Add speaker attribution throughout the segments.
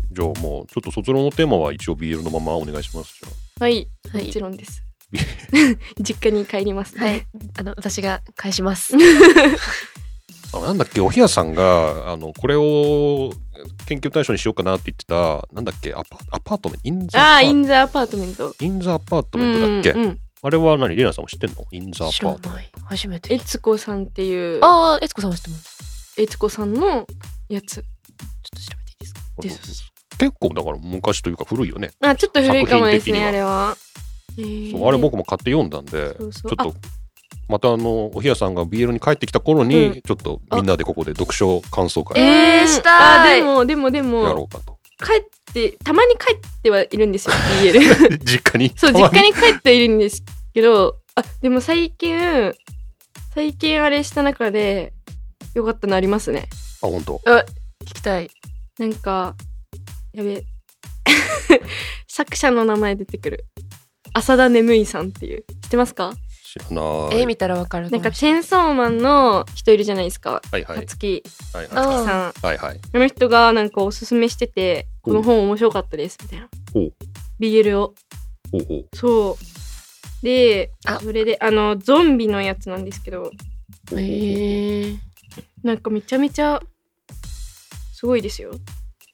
Speaker 1: んちょっと卒論のテーマは一応 BL のままお願いしますじゃあ
Speaker 2: はい、
Speaker 3: は
Speaker 2: も
Speaker 3: い
Speaker 2: ちろん です。実家に帰ります。
Speaker 3: はい。あの、私が返します。
Speaker 1: あなんだっけおひやさんがあのこれを研究対象にしようかなって言ってたなんだっけアパアパートメントインザ
Speaker 2: あ
Speaker 1: ア
Speaker 2: あ、
Speaker 1: パ
Speaker 2: イ
Speaker 1: ー
Speaker 2: ンザアパートメント。
Speaker 1: インザアパートメントだっけ、
Speaker 2: うんうん
Speaker 1: あれは何レナさんも知ってんのインザア
Speaker 3: 知
Speaker 1: パー
Speaker 3: ら
Speaker 1: ト
Speaker 3: ない。初めて
Speaker 2: え。つこさんっていう、
Speaker 3: ああ、悦子さんは知ってます。
Speaker 2: えつこさんのやつ。
Speaker 3: ちょっと調べていいですか
Speaker 1: メ
Speaker 2: で
Speaker 1: ント
Speaker 2: す
Speaker 1: 結構だから昔というか古いよね、
Speaker 2: あ、ちょっと古いかもです
Speaker 1: 作品的
Speaker 2: ね、あ
Speaker 1: に
Speaker 2: れは。
Speaker 1: そうあれ僕も買って読んだんで
Speaker 2: そうそう
Speaker 1: ちょっとまたあのおひやさんが BL に帰ってきた頃に、
Speaker 2: うん
Speaker 1: ちょっとみんなでここで読書感想会や
Speaker 3: えーした
Speaker 2: あ
Speaker 3: い
Speaker 2: でも、でも、でも、
Speaker 1: ろうかと、
Speaker 2: 帰って、たまに帰ってはいるん ですよ、BL。
Speaker 1: 実家に
Speaker 2: そう、
Speaker 1: たま
Speaker 2: 実家に帰っているんですけど、あ、でも最近、最近あれした中で、良かったのありますね。
Speaker 1: あ本当
Speaker 3: 聞きたい。
Speaker 2: なんか、やべえ。作者の名前出てくる。浅田眠いさんっていう。知ってますか
Speaker 1: 知らない、
Speaker 3: 絵見たらわかる。
Speaker 2: なんか、チェーンソーマンの人いるじゃないですか。
Speaker 1: はいはい
Speaker 2: たつき
Speaker 1: はい
Speaker 3: あ
Speaker 1: はい
Speaker 3: ー
Speaker 2: さん。
Speaker 1: はいはい
Speaker 2: あの人がなんかおすすめしてて、この本面白かったです、みたいな
Speaker 1: ほう。
Speaker 2: BL を。
Speaker 1: ほうほう
Speaker 2: そう。で、
Speaker 3: あ
Speaker 2: それで、あの、ゾンビのやつなんですけど、
Speaker 3: えー、
Speaker 2: なんかめちゃめちゃ、すごいですよ。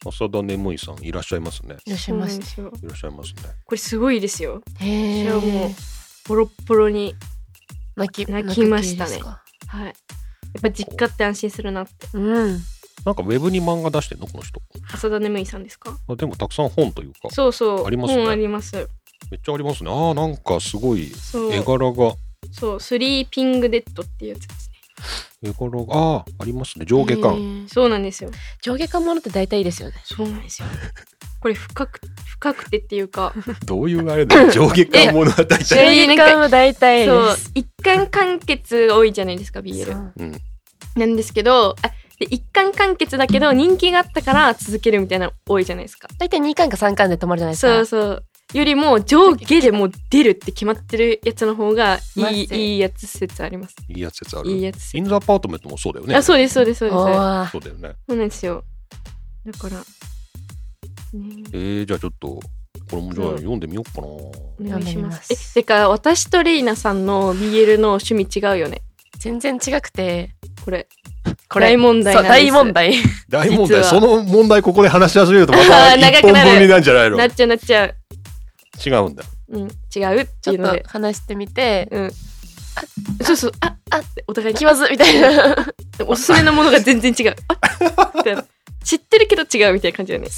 Speaker 1: 浅田眠いさんいらっしゃいますね
Speaker 3: いらっし
Speaker 2: そ
Speaker 3: ゃいう
Speaker 2: な
Speaker 3: ま
Speaker 2: ん
Speaker 3: す
Speaker 2: で。すよ。
Speaker 1: いらっしゃいますね
Speaker 2: これすごいですよ。私
Speaker 3: へえ。
Speaker 2: はもう、ボロッボロに。
Speaker 3: 泣き
Speaker 2: 泣きましたね
Speaker 3: 泣く系ですか
Speaker 2: はい。やっぱ実家って安心するなって。
Speaker 3: うん。
Speaker 1: なんかウェブに漫画出してんのこの人
Speaker 2: 浅田眠いさんですか
Speaker 1: あでもたくさん本というか
Speaker 2: そうそう。
Speaker 1: ありますね
Speaker 2: 本あります。
Speaker 1: めっちゃありますねあーなんかすごい
Speaker 2: そう
Speaker 1: 絵。柄が
Speaker 2: そう。スリーピングデッドっていうやつですね。
Speaker 1: 絵柄があーありますね上下感、
Speaker 3: へー
Speaker 2: そうなんですよ。
Speaker 3: 上下感ものって大体いいですよね。
Speaker 2: そうなんですよ。これ深く、深くてっていうか、
Speaker 1: どういうあれだよ上下感物 語だよ
Speaker 2: え 上下感
Speaker 3: も大体
Speaker 2: そう。一貫完結が多いじゃないですか、
Speaker 3: そ
Speaker 2: BL。
Speaker 3: う
Speaker 1: うん
Speaker 2: なんですけど、あで一貫完結だけど人気があったから続けるみたいなの多いじゃないですか。
Speaker 3: 大体2巻か3巻で止まるじゃないですか。
Speaker 2: そうそう。よりも上下でもう出るって決まってるやつの方が
Speaker 3: マ
Speaker 2: い
Speaker 3: ジ
Speaker 2: い
Speaker 3: で
Speaker 2: いいやつ説あります。
Speaker 1: いいやつやつある
Speaker 2: いいやつ説
Speaker 1: インザアパートメントもそうだよね
Speaker 2: あ、そうです、そうです、そうです。
Speaker 3: お
Speaker 2: そ
Speaker 3: ー
Speaker 1: そうだよね
Speaker 2: うなんですよ。だから、ね
Speaker 1: えー、じゃあちょっとこれもじゃあ
Speaker 2: うん
Speaker 1: 読んでみようかな、
Speaker 2: お願いしま。
Speaker 3: 頑張ります
Speaker 2: え、てか、私とレイナさんの BL の趣味違うよね。
Speaker 3: 全然違くて、
Speaker 2: これ。
Speaker 3: これ
Speaker 2: 大問題なん
Speaker 3: そ
Speaker 2: で
Speaker 3: う
Speaker 2: す
Speaker 3: 大問題。
Speaker 1: 大問
Speaker 2: 実
Speaker 1: 題
Speaker 2: は
Speaker 1: その問題ここで話し始めるとま
Speaker 2: あ
Speaker 1: た
Speaker 2: ー
Speaker 1: 一
Speaker 2: 長
Speaker 1: 本
Speaker 2: くなる
Speaker 1: 分になんじゃないの
Speaker 2: なっちゃうなっちゃう。
Speaker 1: 違うんだ
Speaker 2: うん、違うって
Speaker 3: ちょ
Speaker 2: い
Speaker 3: っ
Speaker 2: うの
Speaker 3: と
Speaker 2: で。
Speaker 3: 話してみて、
Speaker 2: うん。そうそう、ああって、お互い
Speaker 3: 行きますみたいな。
Speaker 2: おすすめのものが全然違う。あみたいな知ってるけど違うみたいな感じだよね。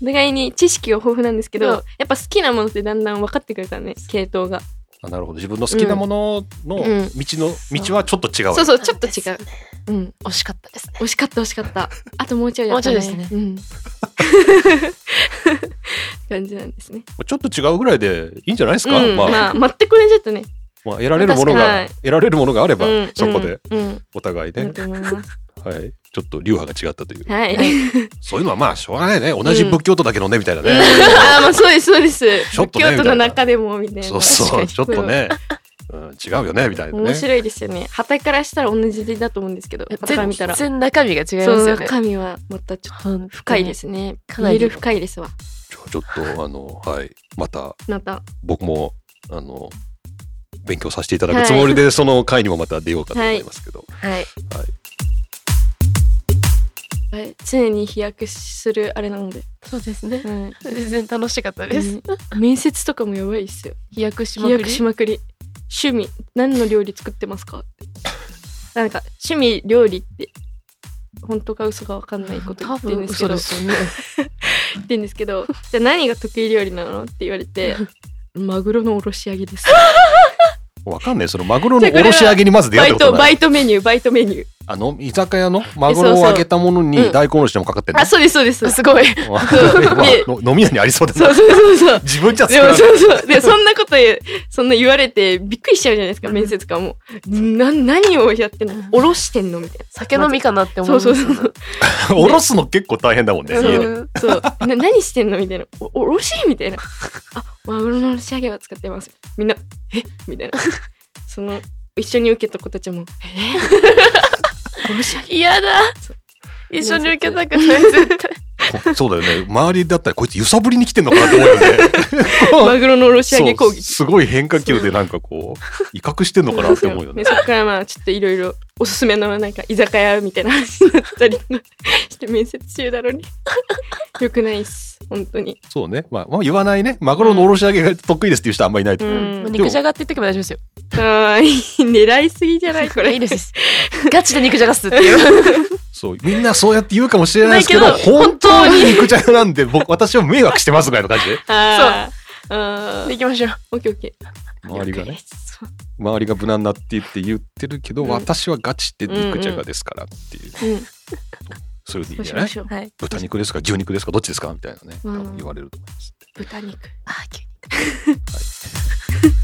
Speaker 2: お互いに知識が豊富なんですけど、
Speaker 3: うん
Speaker 2: やっぱ好きなものってだんだん分かってくるからね、系統が。
Speaker 1: あなるほど自分の好きなものの道
Speaker 2: うん
Speaker 1: の、道はちょっと違う
Speaker 2: そうそう、ちょっと違う。うん。
Speaker 3: 惜しかったですね。
Speaker 2: 惜しかった惜しかった。あともうちょいだった
Speaker 3: もうちょいで
Speaker 2: ね。
Speaker 3: す
Speaker 2: うん。感じなんですね。
Speaker 1: ちょっと違うぐらいでいいんじゃないですか、
Speaker 2: うん、
Speaker 1: まあ、
Speaker 2: まあ、全く同じだったね。
Speaker 1: まあ得られるものが、
Speaker 2: はい
Speaker 1: 得られるものがあれば、
Speaker 2: うん、
Speaker 1: そこで
Speaker 2: うん。うん。
Speaker 1: お互い
Speaker 2: だ
Speaker 1: ね、
Speaker 2: と思います。
Speaker 1: はい、ちょっと流派が違ったという
Speaker 2: はい。
Speaker 1: そういうのはまあしょうがないね同じ仏教徒だけどねみたいなね、
Speaker 2: ああ、まあそうです、そうです。
Speaker 1: ちょっとね
Speaker 2: 京都の中でも、みたいな。
Speaker 1: そうそう
Speaker 2: 確
Speaker 1: ちょ
Speaker 2: か
Speaker 1: っ
Speaker 2: に
Speaker 1: と。ね、うん、違うよねみたいな
Speaker 2: 面
Speaker 1: ね
Speaker 2: 白いですよね。旗からしたら同じだと思うんですけど、旗から見たら。
Speaker 3: 全然中身が違います
Speaker 2: そう
Speaker 3: よね。
Speaker 2: 神はまたちょっと
Speaker 3: ほんとに
Speaker 2: 深いで。すね。
Speaker 3: かな
Speaker 2: ビ
Speaker 3: り
Speaker 2: ール深いですわ。
Speaker 1: じゃあちょっとあのはいまた
Speaker 2: また。
Speaker 1: 僕もあの勉強させていただくつもりで、その回にもまた出ようかと思いますけど、
Speaker 3: はい。
Speaker 2: はい常に飛躍するあれなので。
Speaker 3: そうですね。
Speaker 2: はい
Speaker 3: 全然楽しかったです。
Speaker 2: うん面接とかもやばいですよ。
Speaker 3: 飛躍しま
Speaker 2: 飛
Speaker 3: くり。
Speaker 2: 躍しまくり。趣味、何の料理作ってますかなんか、趣味、料理って、本当か嘘か分かんないこと言
Speaker 3: 多
Speaker 2: ってるん
Speaker 3: 分
Speaker 2: ですけ
Speaker 3: 嘘
Speaker 2: ど
Speaker 3: で、すよね。
Speaker 2: 言ってんですけど、じゃあ何が得意料理なのって言われて、マグロのおろし上げです。
Speaker 1: わかんないそのマグロのおろし上げにまず出
Speaker 2: バ
Speaker 1: 会
Speaker 2: イ
Speaker 1: ったこと
Speaker 2: ト、
Speaker 1: な
Speaker 2: バ
Speaker 1: い
Speaker 2: イトメニュー、バイトメニュー。
Speaker 1: あの居酒屋のマグロを揚げたもの
Speaker 2: そうそうう
Speaker 1: に
Speaker 2: ん
Speaker 1: 大根おろしでもかかってる
Speaker 2: あ、そうです、そうです。
Speaker 3: すごい。
Speaker 1: わ
Speaker 2: そう
Speaker 1: わ
Speaker 2: で
Speaker 1: の飲み屋にありそうだ
Speaker 2: そ
Speaker 1: な
Speaker 2: うそうそうそう。
Speaker 1: 自分じゃ作
Speaker 2: で
Speaker 1: ら
Speaker 2: も
Speaker 1: ない
Speaker 2: そうそう。で、そんなこと言う、そんな言われてびっくりしちゃうじゃないですか、面接官も。な、何をやってんのおろしてんのみたい
Speaker 3: 酒飲みかなって
Speaker 2: な。
Speaker 3: 思い
Speaker 2: そ
Speaker 3: ま
Speaker 2: う
Speaker 3: す
Speaker 2: そ
Speaker 3: よ
Speaker 2: う
Speaker 3: ね。
Speaker 2: そう。
Speaker 1: おろすの結構大変だもんね
Speaker 2: そう
Speaker 1: 家で
Speaker 3: ん
Speaker 2: そう。な、何してんのみたいな。お、おろしみたいな。あ、マグロのおろし揚げは使ってます。みんな、えみたいな。その、一緒に受けた子たちも、えおろし揚げ
Speaker 3: 嫌だ
Speaker 2: そう。
Speaker 3: 一緒に受けたくない絶対。
Speaker 1: こそうだよね。周りだったらこいつ揺さぶりに来てんのかなと思う よね。
Speaker 2: マグロのおろし上げ
Speaker 1: そ
Speaker 2: 攻
Speaker 1: う
Speaker 2: 撃。
Speaker 1: すごい変化球でなんかこう、威嚇してんのかなって思うよね
Speaker 2: ね。そこからまあちょっといろいろおすすめのなんか居酒屋みたいな話になったりして面接中だろうね。よくないっす本当に。
Speaker 1: そうね。まあ、まあ、言わないね。マグロのおろし上げが得意ですっていう人あんまりいないと
Speaker 2: う
Speaker 1: 思う。
Speaker 2: ん。
Speaker 3: まあ肉じゃがって言ってけば大丈夫ですよ。
Speaker 2: あー狙いすぎじゃないこれ。
Speaker 3: いいですいいです。ガチで肉じゃが っすっていう。
Speaker 1: そう。みんなそうやって言うかもしれないですけど、
Speaker 3: ないけど
Speaker 1: 本当
Speaker 3: 本当
Speaker 1: に
Speaker 3: に
Speaker 1: 肉じゃがなんで、僕、私を迷惑してますぐらいの感じで。
Speaker 2: あーあー。
Speaker 3: 行きましょう。
Speaker 2: オッケーオッケー。
Speaker 1: 周りが
Speaker 2: 了解で
Speaker 1: ね、
Speaker 2: すそう
Speaker 1: 周りが無難だって言って言ってるけど、
Speaker 2: うん
Speaker 1: 私はガチで肉じゃがですからっていう。
Speaker 2: うん。
Speaker 1: それでいいん
Speaker 2: そう
Speaker 1: じ
Speaker 2: し
Speaker 1: ゃな
Speaker 2: ま
Speaker 1: い
Speaker 2: しょう。
Speaker 3: はい。
Speaker 1: 豚肉ですか牛肉ですかどっちですかみたいなね、
Speaker 2: うん
Speaker 1: 多分言われると思います。
Speaker 2: 豚肉。
Speaker 3: あー、牛肉。